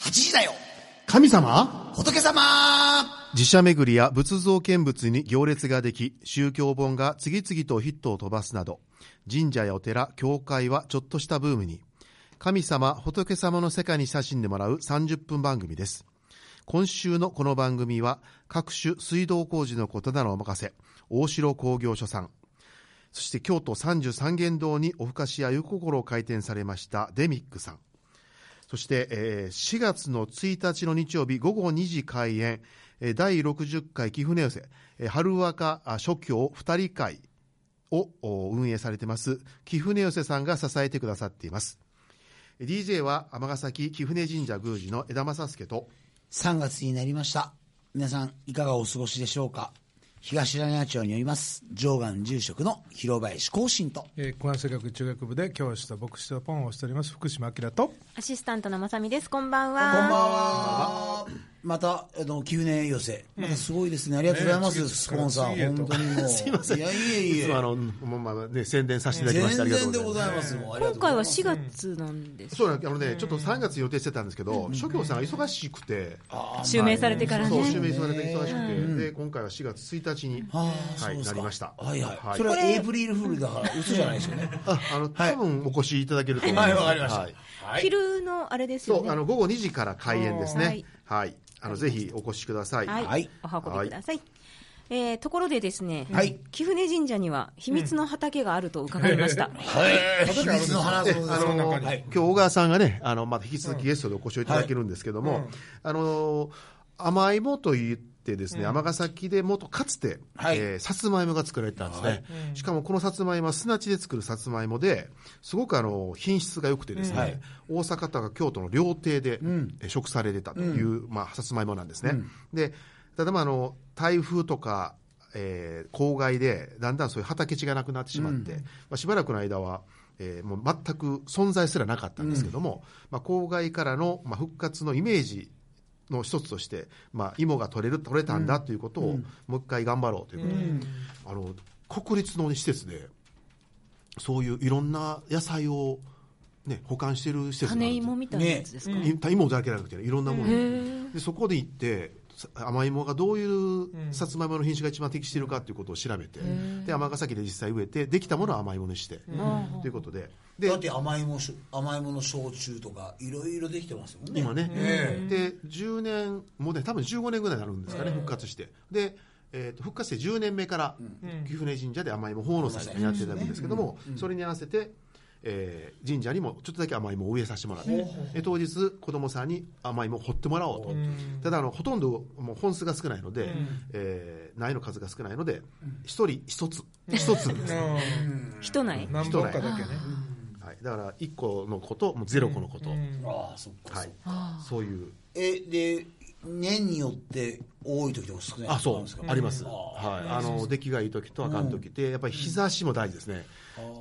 8時だよ神様仏様寺社巡りや仏像見物に行列ができ、宗教本が次々とヒットを飛ばすなど、神社やお寺、教会はちょっとしたブームに、神様、仏様の世界に親しんでもらう30分番組です。今週のこの番組は、各種水道工事のことならお任せ、大城工業所さん、そして京都33元堂におふかしや湯心を開店されましたデミックさん。そして、えー4月の1日の日曜日午後2時開演、えー第60回貴船寄せ、えー春若あ諸教2人会をお運営されてます、貴船寄せさんが支えてくださっています。えー DJ は尼崎貴船神社宮司の枝正助と、 3月になりました皆さんいかがお過ごしでしょうか東谷町によります上岸住職の広林光信とえー、公安社学中学部で教師と牧師とポンをしております福島明とアシスタントのまさみです。こんばんは。またあの貴船寄せまたすごいですねありがとうございます、ね次スポンサー次へと本当にもうすいませんいやいえいいえつもあの、もうまあね、宣伝させていただきまして全ありがとう然ごでざいまごす。ざいますもうありがとう今ござ回いはます4月なんです。そうなんですあのね、ちょっと3月予定してたんですけど、諸教さんが忙しくて、襲名されてからそう、襲ね。名されて忙しくて、で、今回は4月1日に、あーはそうい、ですなかりました。はいはい、はいそれはエイプリルフールだから嘘じゃないですよねああの、多分お越しいただけると思います。はいわかりましたはい昼のあれですそよう、あね。の、午後2時から開演ですはねい。はい。あの、ぜひお越しください。はい、はいお運びください。えーところでですね、はい貴船神社には秘密の畑があると伺いましはた。い秘密の話えそうですあのは今日小川さんがね、あのまた引き続きゲストでお越しをいただけるんですけども、あの甘いもと言ってですね、尼崎でもとかつて、はいえーさつまいもが作られてたんですね、しかもこのさつまいもは砂地で作るさつまいもですごくあの品質が良くてですね、はい大阪とか京都の料亭でえ食されてたという、まあ、さつまいもなんですね。でただまああの台風とかえー公害でだんだんそういう畑地がなくなってしまって、まあ、しばらくの間は、えーもう全く存在すらなかったんですけども、まあ、公害からの、まあ、復活のイメージの一つとして、まあ、芋が取れる取れたんだということを、もう一回頑張ろうということで、あの国立の施設でそういういろんな野菜を、ね、保管している施設があるん種ですよ芋みたいなやつですか、い芋だけじゃなくてねいろんなもの、でそこで行ってさ甘いもがどういうさつまいもの品種が一番適しているかということを調べて、で尼崎で実際植えてできたものは甘いものにして、ということででだって甘いものし甘いもの焼酎とかいろいろできてますもんね今ね、で10年もうね多分15年ぐらいになるんですかね、復活してで、えーと復活して10年目から貴船神社で甘いも奉納祭をやっていただくんですけども、それに合わせて、えー神社にもちょっとだけ甘いもを植えさせてもらって、で当日子供さんに甘いもを掘ってもらおうと、ただあのほとんどもう本数が少ないので、えー苗の数が少ないので一人一つ一つですね、人内何本かだけねはい、だから1個の子ともう0個の子と、ああそっか、はそっいか、そういう。えで年によって多い時とか少ない時あ、とかそうるんですか、あります。あはい、あの出来がいい時とあかん時で、やっぱり日差しも大事ですね。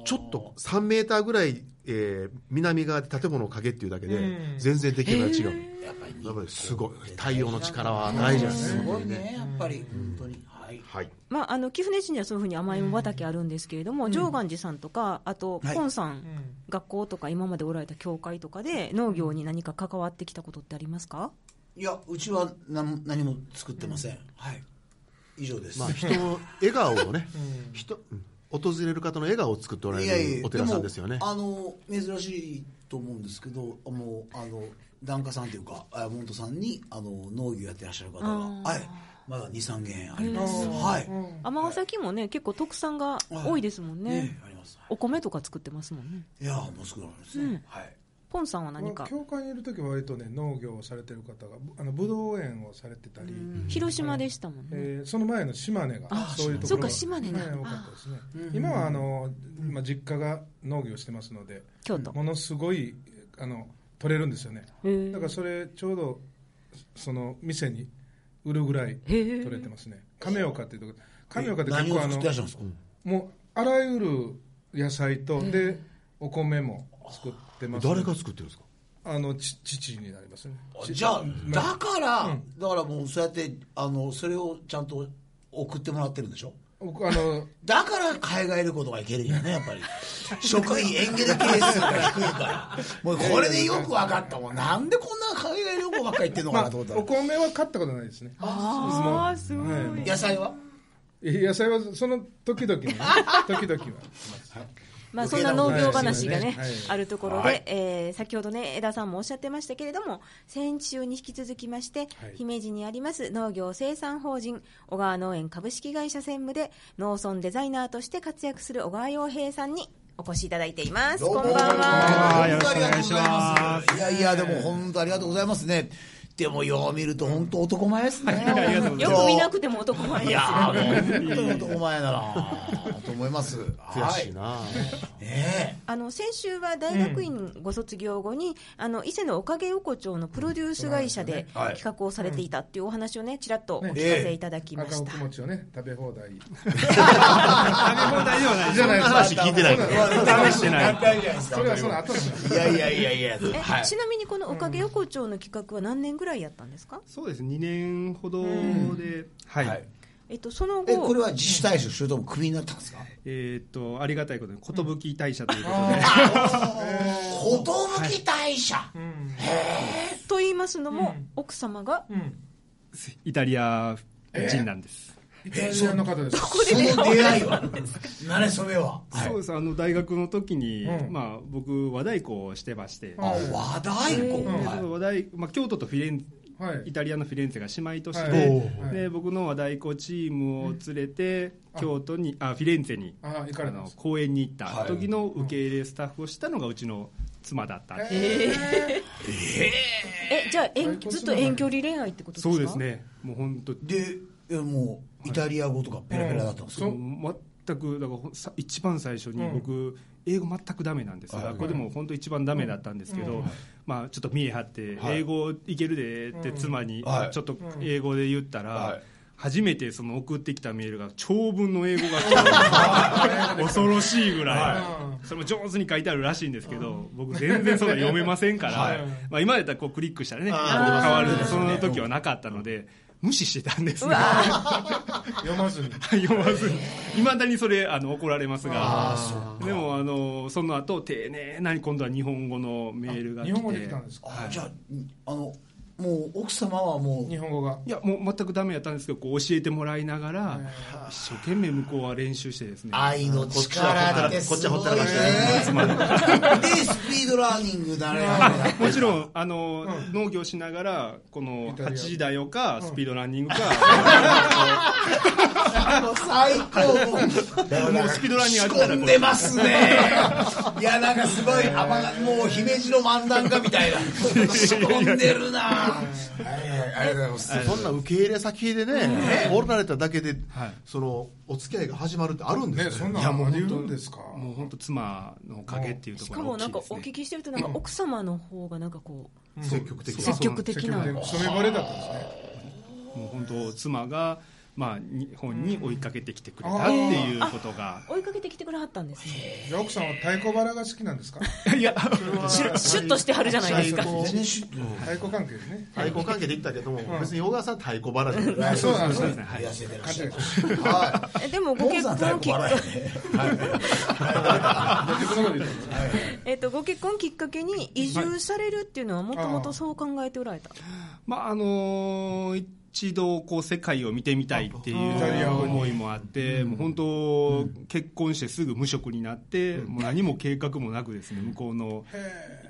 ちょっと3メーターぐらい、えー南側で建物を陰っていうだけで、全然出来が違う。やっぱりすごい太陽の力は大事なんですすよ。ごいねやっぱり本当にはいはい。まあ、あの貴船神社はそういうふうに甘いも畑あるんですけれども、上岸寺さんとかあとはいポンさん、学校とか今までおられた教会とかで農業に何か関わってきたことってありますか、いやうちは何何も作ってません、はい以上です、まあ人の笑顔をね、人 うん訪れる方の笑顔を作っておらいやいれやるお寺さんですよねで。もあの珍しいと思うんですけどもうあの檀家さんというかあモントさんにあの農業やってらっしゃる方がはいまだ23軒ありますはい、尼崎もね結構特産が多いですもんね,、ねありますお米とか作ってますもんねいやもう少ないですね、はいポンさんは何か教会にいる時は割とね農業をされてる方がぶあのブドウ園をされてたり、広島でしたもんね、えーその前の島根がそういうところがそうか島根だね多かったですね今はあの、まあ、実家が農業してますので京都ものすごいあの取れるんですよねへーだからそれちょうどその店に売るぐらい取れてますね亀岡っていうところ亀岡って結何構をあ作ってらっのしゃるんですか、もうあらゆる野菜と、でお米も作ってます、誰が作ってるんですか。あのち父になりますねちじゃあだから、だからもうそうやってあのそれをちゃんと送ってもらってるんでしょ僕あのだから海外旅行とか行けるんやねやっぱ り職員エンゲル係数が低いからもうこれでよく分かったもんなんでこんな海外旅行ばっかり言ってんのかまなあと思った、らお米は買ったことないですね。ああすごい、はい野菜はえ野菜はその時々のね、時々は。まあ、そんな農業話がね、はいあるところで、はい。えー先ほどね、枝さんもおっしゃってましたけれども、先週に引き続きまして、姫路にあります農業生産法人小川農園株式会社専務で、農村デザイナーとして活躍する小川洋平さんにお越しいただいています。こんばんは。よろしくお願いしますいやいや、でも本当ありがとうございますね。でもよう見ると本当男前ですね。よく見なくても男前いですやよ。ー、もう本当に男前だなと思います。悔しいはな、 い。ねあの先週は大学院ご卒業後に、あの伊勢のおかげ横丁のプロデュース会社ではい企画をされていたっていうお話をね、ちらっとお聞かせいただきま赤しおた。くもちをね、食べ放題。放題ではないじゃないですか。話聞いてないえ。試してない何回じゃないですかそれはその後ですねいやいやいやいや。えはいちなみにこのおかげ横丁の企画は何年ぐらいやったんですか、そうです2年ほどで、ははいい。えっと、その後え、これは自主退職、それともクビになったんですかえーっとありがたいことに寿大社ということで、ほとぶき大社。と言いますのも、奥様がイタリア人なんです、イタリアの方です。その出会いは。なれそめは。はいそうですあの大学の時に、うんまあ、僕和太鼓をしてまして、あ和太鼓。でそはいの和太鼓まあ、京都とフィレンはいイ。タリアのフィレンツェが姉妹都市で,、はいはいで僕の和太鼓チームを連れて、京都にあフィレンツェにあ行かれたんです公演に行った時の受け入れスタッフをしたのがうちの妻だった、えじゃあ遠大根ずっと遠距離恋愛ってことですかそうですねもう本当で、えもう、イタリア語とかペラペラだったんですか、そもう全くだからほんさ一番最初にうん僕、英語全くダメなんですよ、はい学校でも本当一番ダメだったんですけど、まあ、ちょっと見え張って、はい英語いけるでって妻にはいちょっと英語で言ったら、はい初めてその送ってきたメールが長文の英語が来 た恐ろしいぐらい、それも上手に書いてあるらしいんですけど、僕全然それ読めませんから、まあ、今だったらこうクリックしたらね変わるんでその時はなかったので無視してたんですね。読まずに。 読まずにいまだにそれあの怒られますがでもあのその後丁寧なに今度は日本語のメールが来日て本語できたんですか。あじゃあ、あの、もう奥様はも日本語が。いやもう全くダメやったんですけどこう教えてもらいながら一生懸命向こうは練習してですう、ね愛の力ってすごいね。こっちはほったらかしてで、スピードラーニングだね。もちろんあの、農業しながらこのタリア8時だよかスピードランニン グか、もう最高。もうスピードラーニングあ仕ったらこれ込んでますね。いや、なんかすごい、あまもう姫路の漫談家みたいな。仕込んでるな。はいはい、ありがとうございます。そんな受け入れ先でね、おられただけで、そのお付き合いが始まるってあるんですねね、そんなのあり得るんですか。もう本当妻のおかげっていうとしこかろもなが大きんいかおですね聞きしてるとなんか奥様の方がなんかこう積極的積極的な積極的染めバレだったんですね。もう本当妻が、まあ、日本に追いかけてきてくれたっていうことが、追いかけてきてくれはったんですねじゃあ奥さんは太鼓腹が好きなんですか。いやシュシュッとしてはるじゃないですか最初こ全然シュッとう太鼓関係ですね。太鼓関係できたけども、別に小川さん太鼓腹じゃないあそうなんですそうですねねはい痩せてらっしゃる。はえでもい。ごモン結さん婚大き根っか笑いね。自分のこと言ってますえっとご結婚きっかけに移住されるっていうのはもともとそう考えておられたまああのー一度こう世界を見てみたいっていイタリアうをね思いもあって、もう本当、結婚してすぐ無職になって、もう何も計画もなくですね向こうの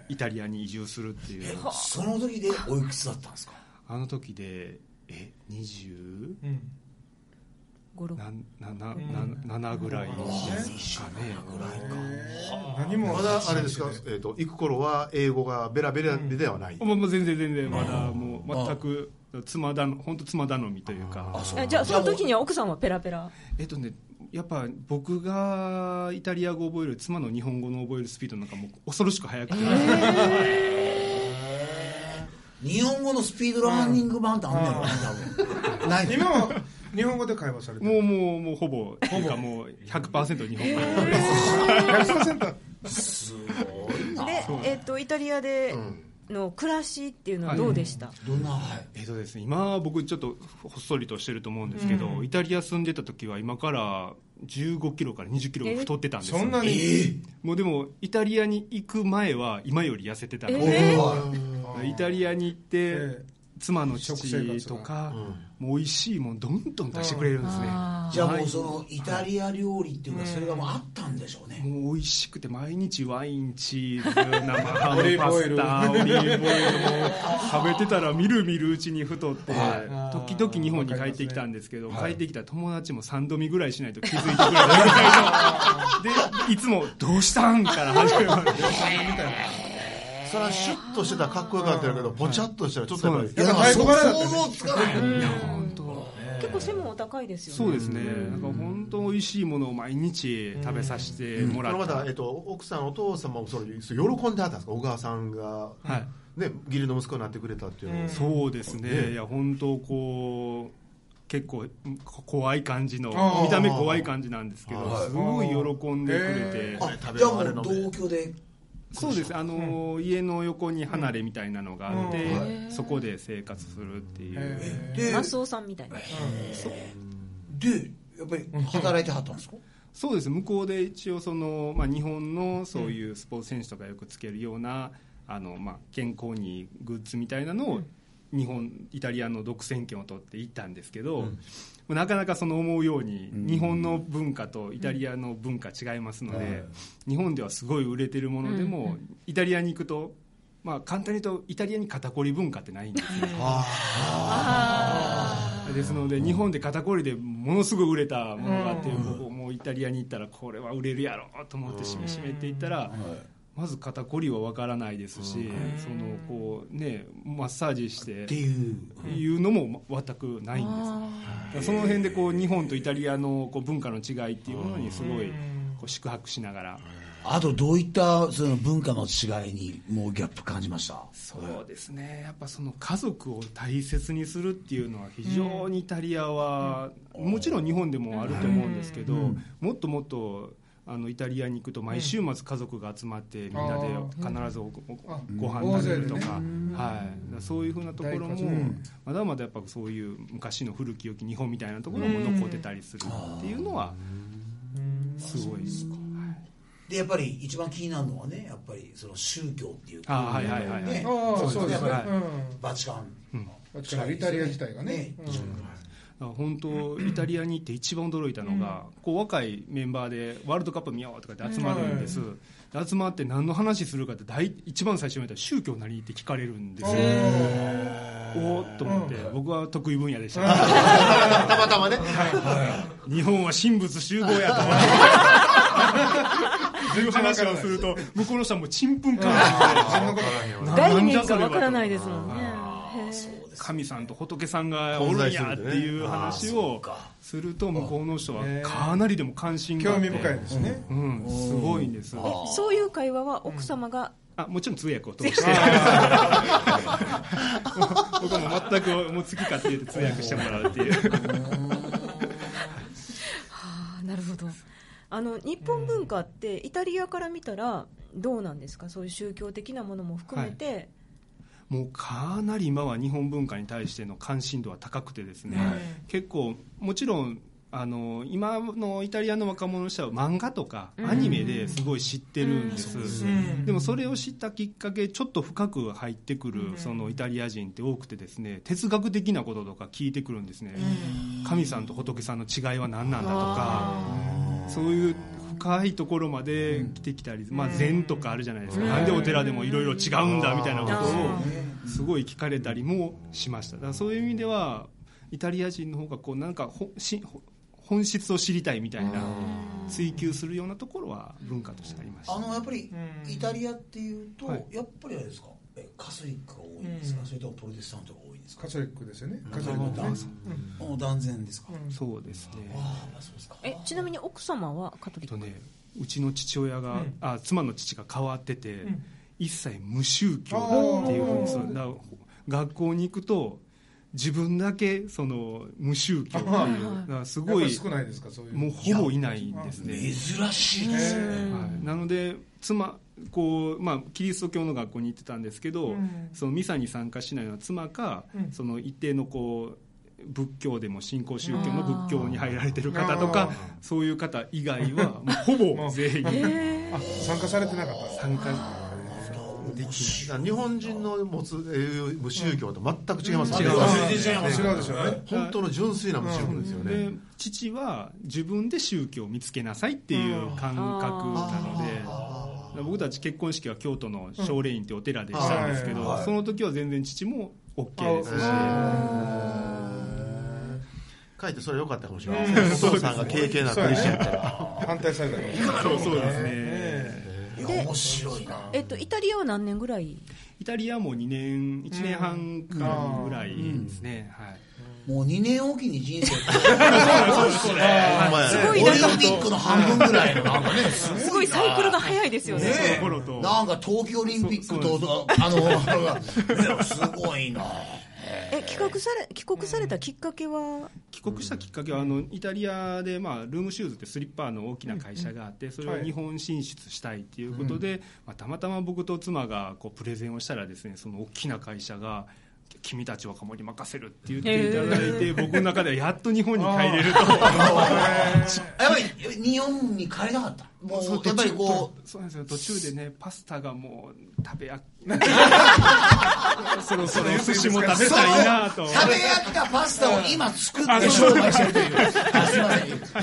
イタリアに移住するっていうその時でおいくつだったんですかあの時でえ二十うんごろ7ぐらいですかね。何もまだあれですか、えー、と行く頃は英語がベラベラではない、もうもう全然全然まだもう全く妻だの本当妻頼みというかえじゃあその時には奥さんはペラペラえっとねやっぱ僕がイタリア語を覚える妻の日本語の覚えるスピードなんかもう恐ろしく速くて、日本語のスピードラーニング版ってあんねやろな多分。ないの今は日本語で会話されてもうる。もうもうほぼほぼもう100%日本語、 100%。すごいな。で、えっとイタリアでの暮らしっていうのはどうでした、どんな、はい。えっとですね今僕ちょっとほっそりとしてると思うんですけど、イタリア住んでた時は今から15キロから20キロ太ってたんですよ、そんなに。もうでもイタリアに行く前は今より痩せてたので、えおいイタリアに行っえてえ妻の食生父活とがかもう美味しいもんどんどん出してくれるんですねあじゃあもうそのイタリア料理っていうかそれがもうあったんでしょうねもう美味しくて毎日ワインチーズ生ハム オリーパブオイスルタオリーブオイルも食べてたらみるみるうちに太ってはい時々日本に帰ってきたんですけど帰ってきた友達も3度見ぐらいしないと気づいてくれないでいつも「どうしたん?」から始めますそれはシュッとしてたらかっこよかったけど、ぼちゃっとしたらちょっとやっぱりいやだからそこ想像つかない結構背もお高いですよねそうですねなんか本当美味しいものを毎日食べさせてもこらのっ方、たえっと、奥さんお父様もそれそう喜んであったんですか小川さんが、はいね、義理の息子になってくれたっていうのを、そうですねね、いや本当こう結構こ怖い感じのあー見た目怖い感じなんですけどはいすごい喜んでくれてえ、あ食べじゃ終わあるものうで同居でそうですあの、家の横に離れみたいなのがあって、うんそこで生活するっていう、えでマスオさんみたいなでやっぱり働いてはったんですかそうです向こうで一応その、まあ、日本のそういうスポーツ選手とかよくつけるような、あのまあ、健康にいいグッズみたいなのを、日本イタリアの独占権を取って行ったんですけど、なかなかその思うように、日本の文化とイタリアの文化違いますので、日本ではすごい売れてるものでも、イタリアに行くと、まあ、簡単に言うとイタリアに肩こり文化ってないんですね。ですので日本で肩こりでものすごい売れたものがあって僕もうイタリアに行ったらこれは売れるやろうと思ってしめしめっていったらまず肩こりは分からないですしそのこうねマッサージしてっていういうのも全くないんですだからその辺でこう日本とイタリアのこう文化の違いっていうものにすごいこう宿泊しながらあとどういったその文化の違いにもうギャップ感じましたそうですねやっぱその家族を大切にするっていうのは非常にイタリアは、もちろん日本でもあると思うんですけど、もっともっとあのイタリアに行くと毎週末家族が集まってみんなで必ずおあご飯食べるとか,、はい、だからそういうふうなとこ大ろも家族うんまだまだやっぱそういう昔の古き良き日本みたいなところも残ってたりするっていうのはすごいですでやっぱり一番気になるのはねやっぱりその宗教っていうあはいはいはいはいねああそうですねやっぱりうんバチカンバチカンイタリア自体がねうん一緒にあ本当イタリアに行って一番驚いたのが、こう若いメンバーでワールドカップ見ようとかって集まるんです、で集まって何の話するかって大一番最初に言ったら宗教何って聞かれるんですよおおっと思って、僕は得意分野でした、たまたまね、日本は神仏集合やと思っていう話をすると向こうの人はもうちんぷんかんなんで概なんじゃ念がそれわはとからないですもんね神さんと仏さんがおるんやっていう話をすると向こうの人はかなりでも関心があ興って味深いですねうん、すごいんですえそういう会話は奥様があもちろん通訳を通して 僕も全くもう好きかって言って通訳してもらうっていうあなるほどあの日本文化ってイタリアから見たらどうなんですかそういう宗教的なものも含めて、もうかなり今は日本文化に対しての関心度は高くてですね、結構もちろんあの今のイタリアの若者の人は漫画とかアニメですごい知ってるんです、でもそれを知ったきっかけちょっと深く入ってくるそのイタリア人って多くてですね哲学的なこととか聞いてくるんですね、神さんと仏さんの違いは何なんだとかそういう深いところまで来てきたり、まあ、禅とかあるじゃないですか、なんでお寺でもいろいろ違うんだみたいなことをすごい聞かれたりもしましただからそういう意味ではイタリア人の方がこうなんかほしほ本質を知りたいみたいな追求するようなところは文化としてありましたあのやっぱりイタリアっていうと、はいやっぱりあれですかえカトリックが多いんですか、それともプロテスタントが多いんですかカトリックですよねカトリもッうク断もう断然ですか、そうですねああそうですかえちなみに奥様はカトえリっックとねうちの父親が、あ妻の父が変わってて、一切無宗教だっていうふうにそうだから学校に行くと自分だけその無宗教っていうだからすやっごぱりい少ないですかそういうもうほぼいないんですね、珍しいですねはい、なので妻こう、まあ、キリスト教の学校に行ってたんですけど、そのミサに参加しないのは妻か、その一定のこう仏教でも新興宗教の仏教に入られてる方とかそういう方以外はもうほぼ全員あ参加されてなかった参加あのできだから日本人の持つえー宗教と全く違いますない。ね違う違うでしょうね。本当の純粋な宗教ですよね、で父は自分で宗教を見つけなさいっていう感覚なので。僕たち結婚式は京都の少林院ってお寺でしたんですけど、はいはいその時は全然父も OK ですし、書いてそれ良かったかもしれないですねお父さんが経験なクリスチャンやったら反対されたから。そうそうですね、いや面白いなえっと、イタリアは何年ぐらいイタリアも2年1年半間ぐらいですね、はいもう2年おきに人生ほんまやねすごいオリンピックの半分ぐらいのなんかねすごいサイクルが早いですよね。その頃となんか冬季オリンピックそとあのねすごいなえ、帰国され、帰国されたきっかけは、帰国したきっかけはあのイタリアで、まあ、ルームシューズってスリッパの大きな会社があってそれを日本進出したいっていうことで、まあ、たまたま僕と妻がこうプレゼンをしたらですねその大きな会社が「君たち若者に任せる」って言っていただいて、僕の中ではやっと日本に帰れるとやっぱり日本に帰れなかったもそううやっぱりこう そうなんですよ途中でねパスタがもう食 べ飽きそろそろお寿司も食べたいなと。食べ飽きたパスタを今作って商売してるというあすいません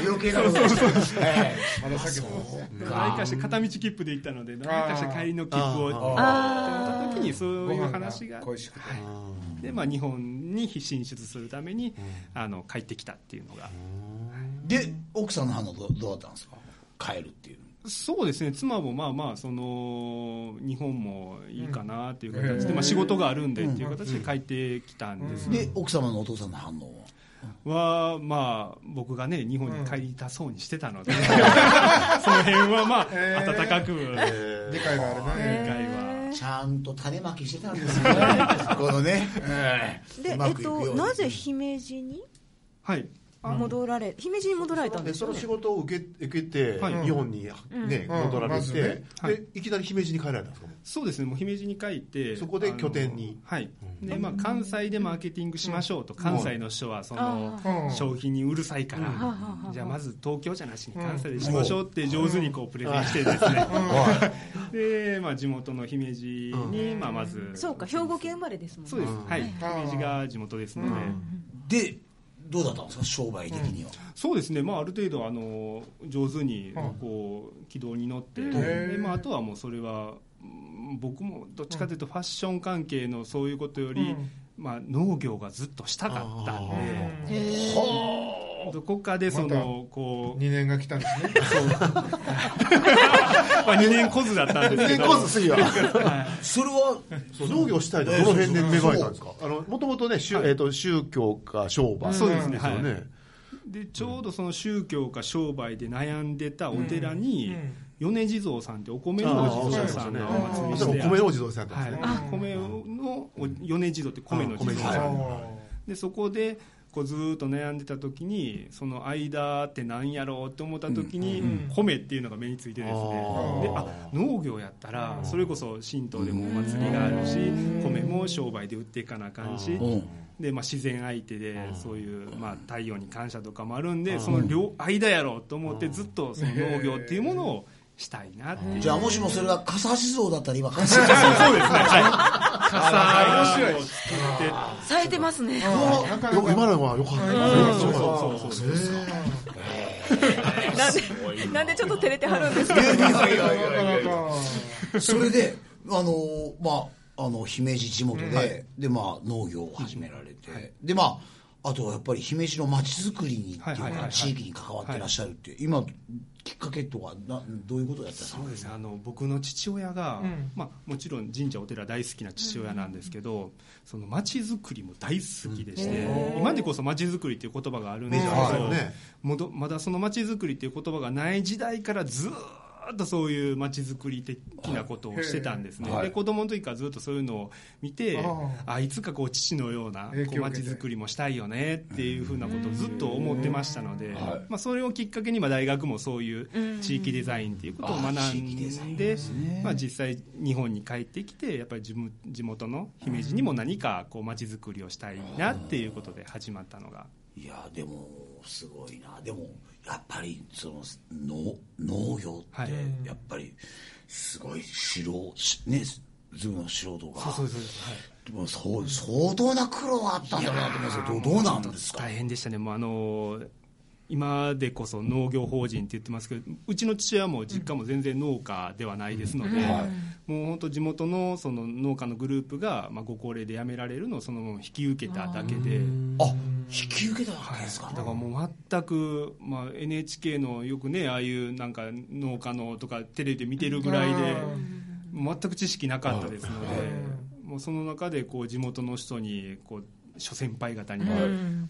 余計なことをしてええまださっきも。何かして片道切符で行ったので何かして帰りの切符を取った時にそういう話が恋しくて。で、まあ、日本に進出するためにあの帰ってきたっていうのがで奥さんの反応どどうだったんですか帰るっていうそうですね妻もまあまあその日本もいいかなっていう形で、まあ、仕事があるんでっていう形で帰ってきたんですで奥様のお父さんの反応ははまあ僕がね日本に帰りた そうにしてたのでその辺はまあ温かく理解があるね。今回は。ちゃんと種まきしてたんですよねこのね、ええで、うえまっくいくようにと、なぜ姫路にはい戻られ、姫路に戻られたんですそよのね仕。事を受け受けて、はい日本に、ねうん戻られまて、ずねはいでいきなり姫路に帰られたんですかそうですねもう姫路に書いてそこで拠点にあのはいで、まあ、関西でマーケティングしましょうと関西の人はそのうん商品にうるさいから、うんじゃあまず東京じゃなしに関西でしましょうって上手にこうプレゼンしてですね、で、まあ、地元の姫路に、まあ、まずそうか、兵庫県生まれですもんそうです、はい姫路が地元ですので、でどうだったんですか商売的には、そうですね、まあ、ある程度あの上手にこう軌道に乗って、へでまあ、あとはもうそれはうん僕もどっちかというとファッション関係のそういうことようり、んまあ、農業がずっとしたかったんでどこかでそまたのこう、二年が来たんですね。まあ、2年こずだったんですけどコース次はそれは農業したいとどの辺で芽生えたんですかあのもともとね、宗えー、と宗教か商売そうですねよね、はいでちょうどその宗教か商売で悩んでたお寺に、米地蔵さんってお米のお地蔵さんがお祭りでしもてあっ米王子どうせやったんではすいね、、米のお米地蔵って米の地うん米地蔵蔵でそこでこうずーっと悩んでた時にその間ってなんやろうって思った時に、米っていうのが目についてですねでああ農業やったらそれこそ神道でもお祭りがあるし米も商売で売っていかなあかんしうんで、まあ、自然相手でそういう、まあ、太陽に感謝とかもあるんでその両間やろうと思ってずっとその農業っていうものをしたいなっていう。じゃあもしもそれが笠橋像だったら今笠橋そうですね、はい、傘を作って冴えてますね。なかなよか今のは良かった、そうそうそうそうなんで、 なんでちょっと照れてはるんですかなかなか。それで、あのまあ、あの姫路地元で、でまあ、農業を始められて、でまあ、あとはやっぱり姫路のまちづくりにっていうはいはいはいかはい地域に関わってらっしゃるっていう、今きっかけとはなどういうことをやってたんですかそうですねあの僕の父親が、んまあ、もちろん神社お寺大好きな父親なんですけど、その町づくりも大好きでして、今でこそ町づくりっていう言葉があるんですけメジャーですよど、ねもどまだその町づくりっていう言葉がない時代からずーっとそういう町づくり的なことをしてたんですね、はいで子供の時からずっとそういうのを見て、ああいつかこう父のような影こ響うを受町けてづくりもしたいよねっていうふうなことをずっと思ってましたので、まあ、それをきっかけにまあ大学もそういう地域デザインっていうことを学んあ地域デザインで、まあ、実際日本に帰ってきてやっぱり地元地元の姫路にも何かこう町づくりをしたいなっていうことで始まったのが。いやでもすごいなでもやっぱりそのの農業ってはいやっぱりすごい素人、しねズムの素人がそうですそうです、はいでもそう相当な苦労があったんだろうなと思うんですけどどうどうなんですか大変でしたね、もうあの今でこそ農業法人って言ってますけど、うちの父親も実家も全然農家ではないですので、はいもう本当、地元のその農家のグループが、まあ、ご高齢で辞められるのをそのまま引き受けただけで。あ引き受けたわけですか、だからもう全く、まあ、NHK のよくね、ああいうなんか農家のとか、テレビで見てるぐらいで、もう全く知識なかったですので、もうその中でこう地元の人にこう、諸先輩方に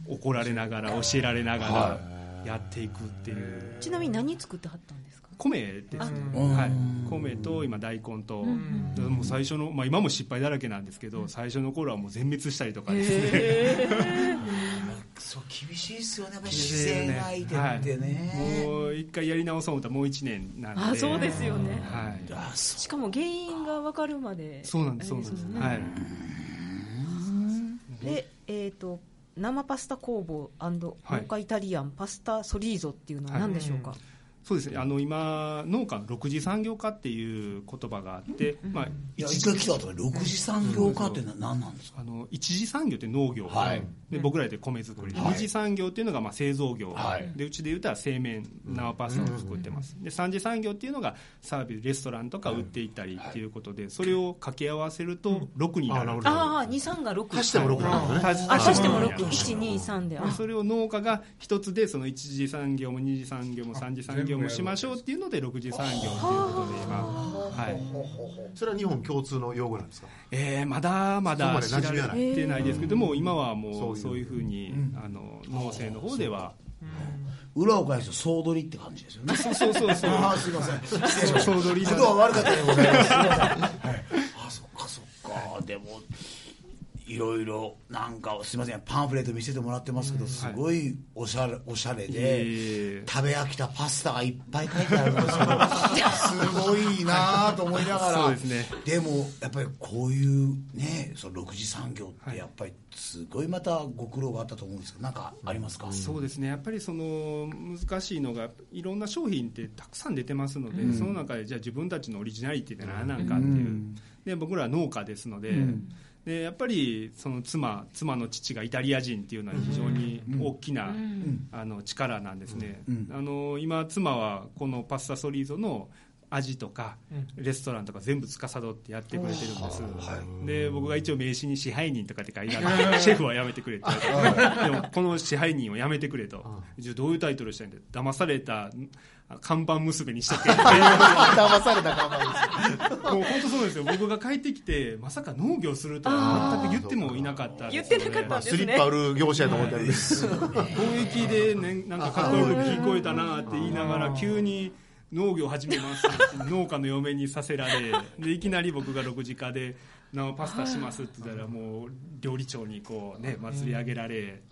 怒られながら、教えられながらやっていくっていう、ちなみに何作ってはったんですか米ですね、うんはい、米と今、大根と、んもう最初の、まあ、今も失敗だらけなんですけど、最初の頃はもう全滅したりとかですね。そう厳しいですよねやっぱり厳しい自ですね然相手ってね、もう一回やり直そうと思ったらもう一年なんであそうですよねはい、あそしかも原因が分かるまでそうなんですそうなんであすれよねはい、でえっ、と生パスタ工房農家イタリアンパスタソリーゾっていうのは何でしょうか、そうですねあの今農家の六次産業化っていう言葉があって、まあ、いや一一回来た後ね6次産業化ってな何なんですかあの一次産業って農業、はいで僕らで米作り、はい二次産業っていうのがまあ製造業、はいでうちで言うたら製麺生パスタを作ってます、で三次産業っていうのがサービスレストランとか売っていったりっていうことで、それを掛け合わせると6になる、ああ23が6足しても6なんだね足しあ足しても六6123であそれを農家が一つでその一次産業も二次産業も三次産業もしましょうっていうので六次産業っていうことで今、はいそれは日本共通の用語なんですかえーまだまだ知そこまで馴染みられはないてないですけども今はもうそそうういいううふうに、あの農政の方では裏を返すと総取りって感じです よねそうそうそうそうああすいません失礼しました総取り言葉悪かったでございますすいません、はいあそっかそっかでもいろいろなんかすいませんパンフレット見せてもらってますけどすごいおしゃれおしゃれいで、えいえいえ食べ飽きたパスタがいっぱい書いてあるんで すけどすごいなぁと思いながらそうですねでもやっぱりこういうねその6次産業ってやっぱりすごいまたご苦労があったと思うんですけどなんかありますか、そうですねやっぱりその難しいのがいろんな商品ってたくさん出てますので、その中でじゃあ自分たちのオリジナリティって何なんかっていう、で僕らは農家ですので,、でやっぱりその妻妻の父がイタリア人っていうのは非常に大きな、あの力なんですね、うんあの今妻はこのパスタソリーゾの味とかレストランとか全部司ってやってくれてるんです、で僕が一応名刺に支配人とかって書いてあってシェフはやめてくれって言われてでもこの支配人をやめてくれとじゃあどういうタイトルしたいんだよ騙されたあ看板娘にしとけって騙された看板ですもう本当そうなんですよ僕が帰ってきてまさか農業するとは全く言ってもいなかったですね言ってなかったまあ、スリッパ売る業者やと思ったりです、攻撃で、ね、なんかかっこよく聞こえたなって言いながら急に農業始めますって農家の嫁にさせられでいきなり僕が6時化で生パスタしますって言ったらもう料理長にこうね祭り上げられ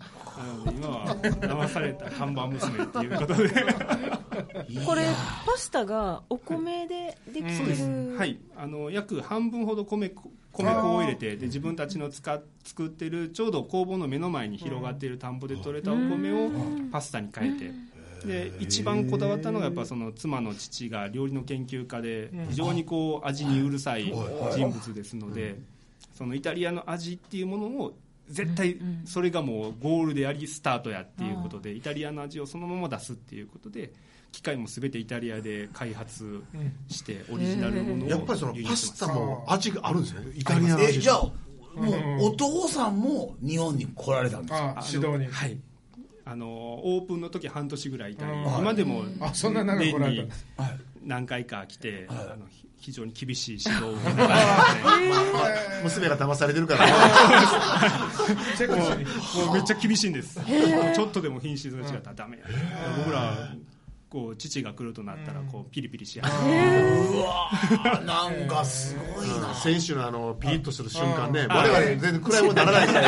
なので今は騙された看板娘っていうことでこれパスタがお米でできそうてでするはいあの約半分ほど米粉米粉を入れてで自分たちの使っ作ってるちょうど工房の目の前に広がっている田んぼで採れたお米をパスタに変えて。で一番こだわったのがやっぱその妻の父が料理の研究家で非常にこう味にうるさい人物ですのでそのイタリアの味っていうものを絶対それがもうゴールでありスタートやっていうことでイタリアの味をそのまま出すっていうことで機械も全てイタリアで開発してオリジナルのものをやっぱりその輸入パしてまスすタも味があるんですねイタリアのえ味じゃあもうお父さんも日本に来られたんですかああ指導にはいあのオープンの時半年ぐらいいたりうん今でもあそんな長く来られたんです年に何回か来て、はいあのひ非常に厳しい指導を受けながらですね娘が騙されてるからねチェックしにも うめっちゃ厳しいんですちょっとでも品質が違ったらダメや僕らこう父が来るとなったらこうピリピリしやすうわーなんかすごいな選手のあのピリッとする瞬間ね我々全然暗いもんならないですね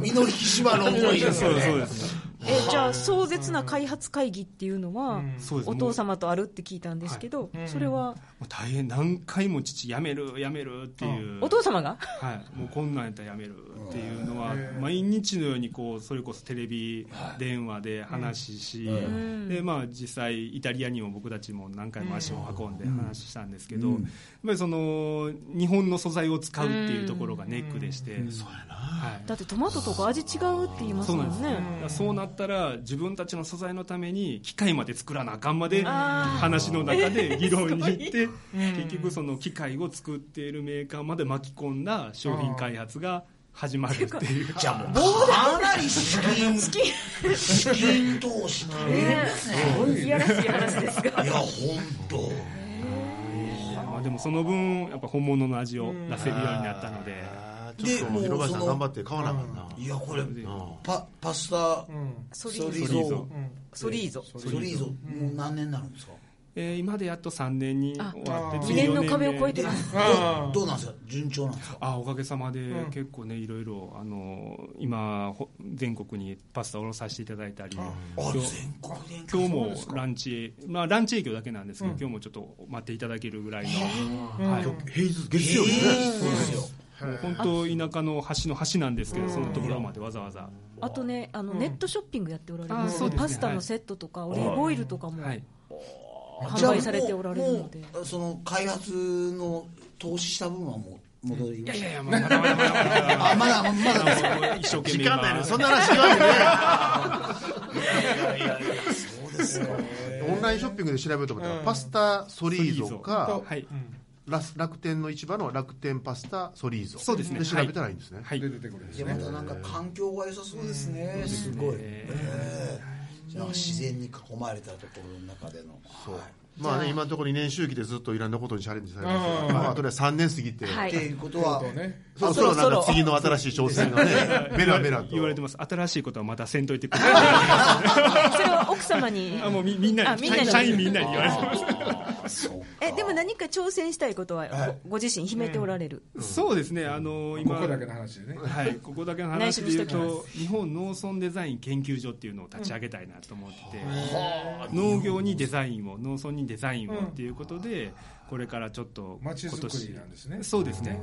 身の引き締まる思いですよねそうですえじゃあ壮絶な開発会議っていうのはそうですお父様とあるって聞いたんですけどそれはもう大変何回も父やめるやめるっていうお父様がはい、もうこんなんやったらやめるっていうのはは毎日のようにこうそれこそテレビ電話で話しし、うんでまあ、実際イタリアにも僕たちも何回も足を運んでうん話したんですけど、うんやっぱりその日本の素材を使うっていうところがネックでして、そうやなはい、だってトマトとか味違うって言いますそうもなんでんすねね。だからそうなったら自分たちの素材のために機械まで作らなあかんまであー話の中で議論に行って結局その機械を作っているメーカーまで巻き込んだ商品開発が始まるっていうじゃあもうかなり資金資金投資大変ですねいやらしい話ですが。いや本当まあでもその分やっぱ本物の味を出せるようになったのであーちょっとで広林さんもうその頑張って買わなあかんな、いやこれうんパパスタうんソリソリーーゾゾゾソリーゾソリーゾもう何年になるんですかえー今でやっと3年に終わってあ次次元の4壁を目越えてでます。あーどどうなんですか順調なんですかあおかげさまでうん結構ね、いろいろあの今ほ全国にパスタを卸させていただいたりあ今日全国で今日もランチ、まあ、ランチ営業だけなんですけど、今日もちょっと待っていただけるぐらいの、はい、もう平日月曜日ね、そうですよ本当、田舎の橋の端なんですけど、そのところまでわざわざ、あとね、あのネットショッピングやっておられまあす。そうですねパスタのセットとかオリーブオイルとかもはい、じゃあ販売されておられるので。もうその開発の投資した分はもう戻りましたや、まだまだまだ、あまだまだですよ一生懸時命間ないのに今、そんな話言わんでそうですかねオンラインショッピングで調べると思ったら、パスタソリーゾかはい、ラス楽天の市場の楽天パスタソリーゾそうですね調べたらいいんですね、はい出、てくるんですいやまたなんか環境が良さそうですねすごいえええなんか自然に囲まれたところの中でのそうはいまあね、今のところ2年周期でずっといろんなことにチャレンジされてますけどまあ、あとでは3年過ぎて、はいっていうことは、ねそろそろなんか次の新しい挑戦がねベラベラと言われてます、新しいことはまたせんといてくれ、それは奥様に。 あもうみみんなあに、みんなに社員みんなに言われてます。えでも何か挑戦したいことはごご自身秘めておられる、そうですね、あのこ今こだけの話でねはい、ここだけの内話緒でにしと言うきますと日本農村デザイン研究所っていうのを立ち上げたいなと思ってて、農業にデザインを農村にデザインをっていうことで、これからちょっと今街づくり年なんですねそうですね、はい、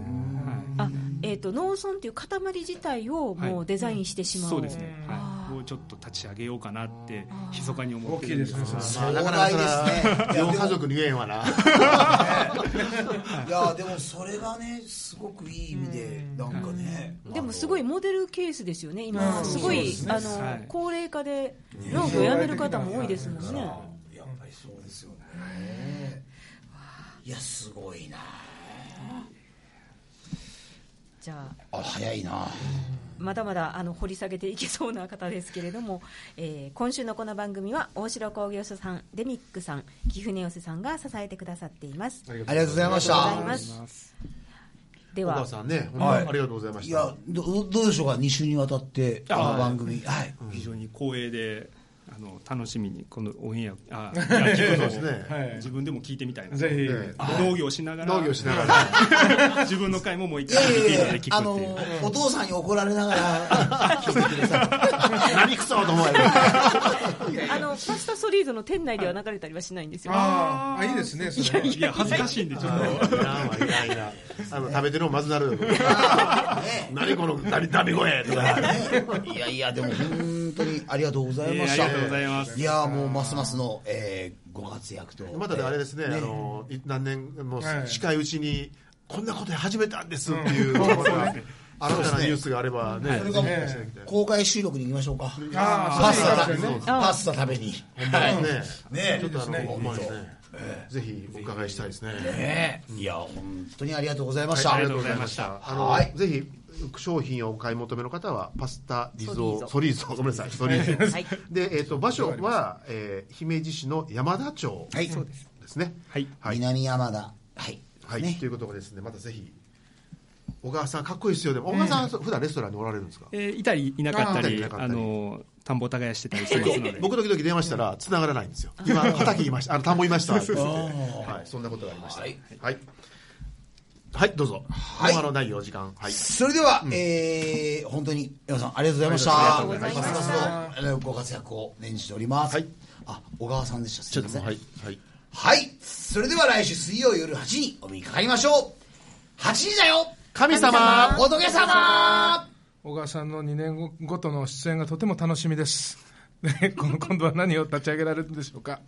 あえー、と農村っていう塊自体をもうデザインしてしまう、そうですね、あはい、ーもうちょっと立ち上げようかなって密かに思ってるん大きいですねはいまあ、なかな壮大ですねかい や4家族に言えんわないやでもそれがねすごくいい意味でなんかねでもすごいモデルケースですよね今うんすごいそうあですの、ねはい高齢化で農業やめる方も多いですもんねやっぱりそうですよねいやすごいなじゃああ早いなまだまだあの掘り下げていけそうな方ですけれども、 えー今週のこの番組は大城工業所さんデミックさん貴船寄せさんが支えてくださっていますありがとうございましありがとうございたますでお母はさんね、本当にありがとうございまいした、やどどうでしょうか2週にわたってこの番組はい非常に光栄であの楽しみにこのオンエアあいや聞くのそうですねを自分でも聞いてみたいなぜひ、え農業しながら農業しながら自分の回ももう一いや回い DVD やいでや聞あくっのていう。お父さんに怒られながら聞いてください 何くそと思えるあのパスタソリーゾの店内では流れたりはしないんですよあーあいいですねそれはいや恥ずかしいんでちょっといらんわいらんいらんあの食べてるのまずなるね何この何ダメ声とかねいやいやでも本当にありがとうございましいやいやありがとうございまたすいやもうますますのえーご活躍とまたねあれですねねあのい何年もはい近いうちにこんなこと始めたんですっていうところが新たなニュースがあればねそれがもうぜひ聞かせていただきたい公開収録に行きましょうかあーパスタそうですねパスタ食べにはいねねちょっとあのねほんまにねぜひお伺いしたいですねねいや本当にありがとうございました、はいありがとうございましたあの、はいぜひ商品をお買い求めの方はパスタリゾーソソリーゾごめんなさいソリーゾ、はいで、えっと場所は、えー姫路市の山田町はいそうですですねはいはい、南山田はいはいねということがですねまたぜひ小川さんかっこいいですよでも小川さん、そう普段レストランにおられるんですかえーいたりいなかったありーいたりいなかったりあの田んぼ耕してたりしてますので僕時々電話したら繋がらないんですよ今畑いましたあの田んぼいましたって言ってはい、そんなことがありましたはいはい、はいどうぞい電話のないお時間はいそれでは、えー本当に山さんありがとうございましたありがとうございましたますますのあのご活躍を念じております、はいあ小川さんでしたすいませんはいはいはいそれでは来週水曜夜8時にお目にかかりましょう8時だよ神様仏様小川さんの2年ごとの出演がとても楽しみです。でこの今度は何を立ち上げられるんでしょうか。